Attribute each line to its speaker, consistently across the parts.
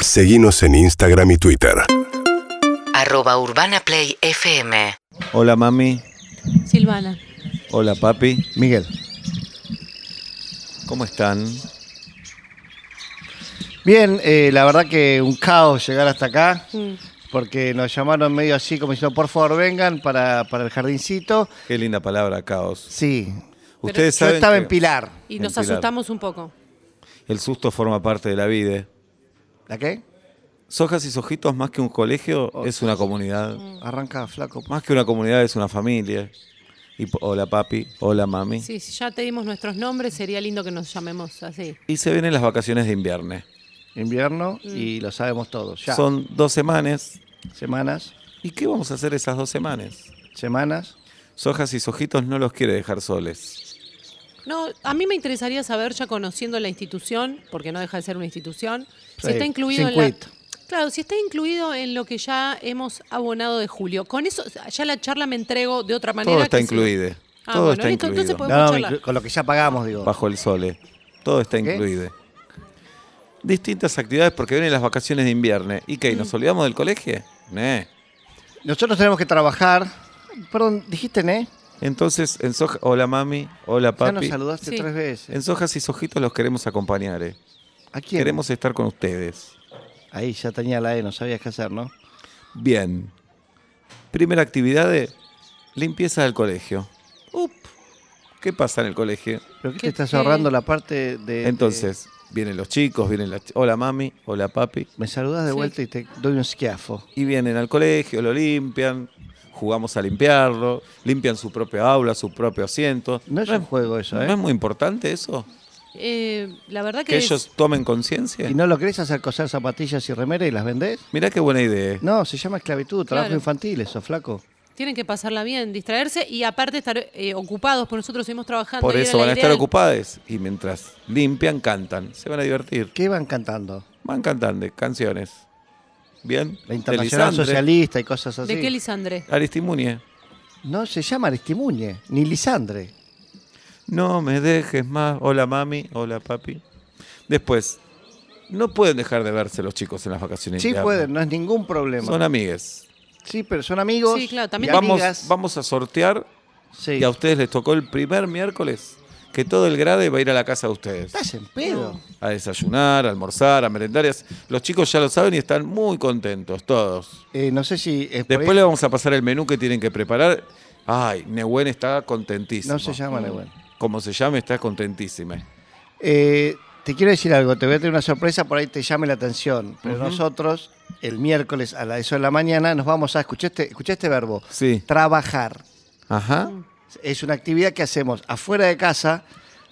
Speaker 1: Seguimos en Instagram y Twitter.
Speaker 2: Arroba Urbana Play FM.
Speaker 3: Hola mami,
Speaker 4: Silvana.
Speaker 3: hola papi,
Speaker 5: Miguel.
Speaker 3: ¿cómo están?
Speaker 5: Bien, eh, la verdad que un caos llegar hasta acá,
Speaker 4: Mm.
Speaker 5: porque nos llamaron medio así, como diciendo, por favor vengan para, para el jardincito.
Speaker 3: Qué linda palabra, caos.
Speaker 5: Sí,
Speaker 3: Ustedes
Speaker 5: yo
Speaker 3: saben
Speaker 5: estaba
Speaker 3: que
Speaker 5: en Pilar.
Speaker 4: Y
Speaker 3: En
Speaker 4: nos
Speaker 3: Pilar.
Speaker 4: asustamos un poco.
Speaker 3: el susto forma parte de la vida.
Speaker 5: ¿La qué?
Speaker 3: Sojas y Sojitos, más que un colegio, es una comunidad.
Speaker 5: Arranca, flaco.
Speaker 3: Más que una comunidad, es una familia. Y, po- hola papi, hola mami.
Speaker 4: Sí, si ya te dimos nuestros nombres, sería lindo que nos llamemos así.
Speaker 3: Y se vienen las vacaciones de invierno.
Speaker 5: Invierno y lo sabemos todos. Ya.
Speaker 3: Son dos semanas.
Speaker 5: semanas,
Speaker 3: ¿Y qué vamos a hacer esas dos semanas?
Speaker 5: semanas.
Speaker 3: Sojas y Sojitos no los quiere dejar soles.
Speaker 4: No, a mí me interesaría saber, ya conociendo la institución, porque no deja de ser una institución, si
Speaker 5: Sí,
Speaker 4: está incluido en la.
Speaker 5: circuito.
Speaker 4: Claro, si está incluido en lo que ya hemos abonado de julio. Con eso, ya la charla me entrego de otra manera.
Speaker 3: Todo está
Speaker 4: que si-
Speaker 3: incluido.
Speaker 4: Ah,
Speaker 3: Todo
Speaker 4: bueno,
Speaker 3: está
Speaker 4: listo, entonces
Speaker 3: incluido.
Speaker 4: podemos-
Speaker 5: No,
Speaker 4: charlar.
Speaker 5: inclu- con lo que ya pagamos, digo.
Speaker 3: bajo el sole. Todo está
Speaker 5: ¿Qué?
Speaker 3: incluido. Distintas actividades porque vienen las vacaciones de invierno. ¿Y qué?
Speaker 5: Mm.
Speaker 3: ¿Nos olvidamos del colegio? Ne.
Speaker 5: Nosotros tenemos que trabajar. Perdón, dijiste, ¿eh?
Speaker 3: Entonces, en soja, hola mami, hola
Speaker 5: Ya nos
Speaker 3: papi.
Speaker 5: saludaste
Speaker 4: Sí.
Speaker 5: tres
Speaker 3: En
Speaker 5: veces.
Speaker 3: sojas y sojitos los queremos acompañar. eh.
Speaker 5: ¿A quién?
Speaker 3: Queremos estar con ustedes.
Speaker 5: Ahí ya tenía la E, no sabías qué hacer, ¿no?
Speaker 3: Bien. Primera actividad de limpieza del colegio. Up. ¿Qué pasa en el colegio?
Speaker 5: ¿Pero qué
Speaker 4: ¿Qué-
Speaker 5: te estás
Speaker 4: qué?
Speaker 5: ahorrando la parte de. de-
Speaker 3: Entonces, vienen los chicos, vienen las... chi- Hola mami, hola papi.
Speaker 5: me saludas de
Speaker 4: Sí.
Speaker 5: vuelta y te doy un esquiafo.
Speaker 3: y vienen al colegio, lo limpian, jugamos a limpiarlo, limpian su propio aula, su propio asiento.
Speaker 5: No es un juego eso,
Speaker 3: ¿No
Speaker 5: ¿eh?
Speaker 3: es muy importante eso?
Speaker 4: Eh, la verdad que.
Speaker 3: Que
Speaker 4: es-
Speaker 3: ellos tomen conciencia.
Speaker 5: ¿Y no lo querés hacer coser zapatillas y remeras y las vendés?
Speaker 3: Mirá qué buena idea.
Speaker 5: No, se llama esclavitud, trabajo
Speaker 4: Claro.
Speaker 5: infantil, eso, flaco.
Speaker 4: Tienen que pasarla bien, distraerse y aparte estar eh, ocupados, porque nosotros seguimos trabajando.
Speaker 3: Por
Speaker 4: y era
Speaker 3: eso
Speaker 4: la
Speaker 3: van a estar
Speaker 4: idea-
Speaker 3: ocupados y mientras limpian, cantan. Se van a divertir.
Speaker 5: ¿Qué van cantando?
Speaker 3: Van cantando canciones. ¿Bien?
Speaker 5: La internacional socialista y cosas así.
Speaker 4: ¿De qué Lisandre?
Speaker 3: Aristimuñe.
Speaker 5: no, se llama Aristimuñe, ni Lisandre.
Speaker 3: No me dejes más. Hola mami, hola papi. Después, no pueden dejar de verse los chicos en las vacaciones. de
Speaker 5: Sí
Speaker 3: invierno.
Speaker 5: pueden, no es ningún problema.
Speaker 3: Son amigues.
Speaker 5: sí, pero son amigos.
Speaker 4: Sí, claro, también
Speaker 5: y
Speaker 3: Vamos,
Speaker 5: amigas.
Speaker 3: vamos a sortear
Speaker 5: Sí.
Speaker 3: y a ustedes les tocó el primer miércoles que todo el grade va a ir a la casa de ustedes.
Speaker 5: Estás en pedo.
Speaker 3: A desayunar, a almorzar, a merendarias. Los chicos ya lo saben y están muy contentos, todos.
Speaker 5: Eh, no sé si. es por
Speaker 3: Después
Speaker 5: ahí-
Speaker 3: le vamos a pasar el menú que tienen que preparar. Ay, Nehuen está contentísima.
Speaker 5: No se eh, llama Nehuen.
Speaker 3: Como se llame, está contentísima.
Speaker 5: Eh, te quiero decir algo, te voy a tener una sorpresa, por ahí te llame la atención. Pero nosotros, el miércoles a las 10 de la mañana, nos vamos a. ¿Escuchaste, escuchaste este verbo?
Speaker 3: Sí.
Speaker 5: Trabajar. Mm.
Speaker 3: Ajá.
Speaker 5: Es una actividad que hacemos afuera de casa,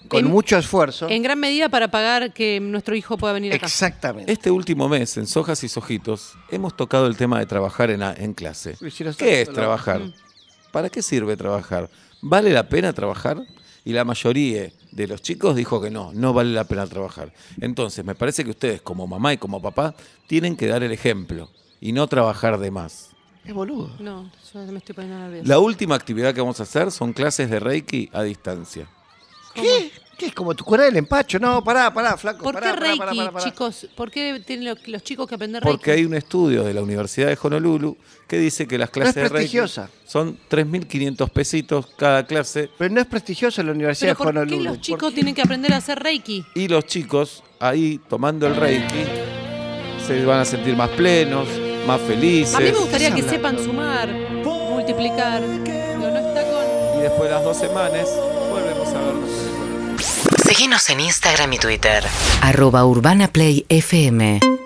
Speaker 5: con
Speaker 4: En-
Speaker 5: mucho esfuerzo.
Speaker 4: En gran medida para pagar que nuestro hijo pueda venir acá.
Speaker 5: Exactamente.
Speaker 3: Este último mes, en Sojas y Sojitos, hemos tocado el tema de trabajar en, a- en clase.
Speaker 5: Uy, si lo
Speaker 3: ¿Qué
Speaker 5: saco,
Speaker 3: es
Speaker 5: lo-
Speaker 3: trabajar? ¿Para qué sirve trabajar? ¿Vale la pena trabajar? Y la mayoría de los chicos dijo que no, no vale la pena trabajar. Entonces, me parece que ustedes, como mamá y como papá, tienen que dar el ejemplo y no trabajar de más.
Speaker 5: Es boludo.
Speaker 4: No, yo me estoy poniendo nerviosa.
Speaker 3: La última actividad que vamos a hacer son clases de Reiki a distancia.
Speaker 5: ¿Qué? ¿Qué es como tu cura del empacho? No, pará, pará, flaco.
Speaker 4: ¿Por
Speaker 5: pará,
Speaker 4: qué
Speaker 5: pará,
Speaker 4: Reiki,
Speaker 5: pará, pará, pará.
Speaker 4: chicos? ¿Por qué tienen lo- los chicos que aprender Reiki?
Speaker 3: Porque hay un estudio de la Universidad de Honolulu que dice que las clases
Speaker 5: es
Speaker 3: de Reiki
Speaker 5: prestigiosa.
Speaker 3: son 3.500 pesitos cada clase
Speaker 5: Pero no es prestigioso la Universidad
Speaker 4: ¿Pero por
Speaker 5: de
Speaker 4: qué
Speaker 5: Honolulu.
Speaker 4: los chicos
Speaker 5: ¿Por qué?
Speaker 4: tienen que aprender a hacer Reiki?
Speaker 3: y los chicos ahí tomando el Reiki se van a sentir más plenos, más felices.
Speaker 4: A mí me gustaría que
Speaker 5: Estás
Speaker 4: sepan sumar, multiplicar. Digo, no está con...
Speaker 3: Y después de las dos semanas volvemos a vernos. en el colegio.
Speaker 2: Seguinos en Instagram y Twitter. Arroba Urbana Play FM.